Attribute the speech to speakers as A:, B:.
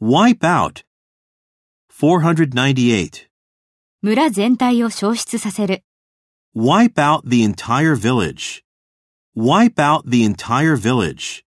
A: Wipe out. 498.
B: 村全体を消失させる。
A: Wipe out the entire village. Wipe out the entire village.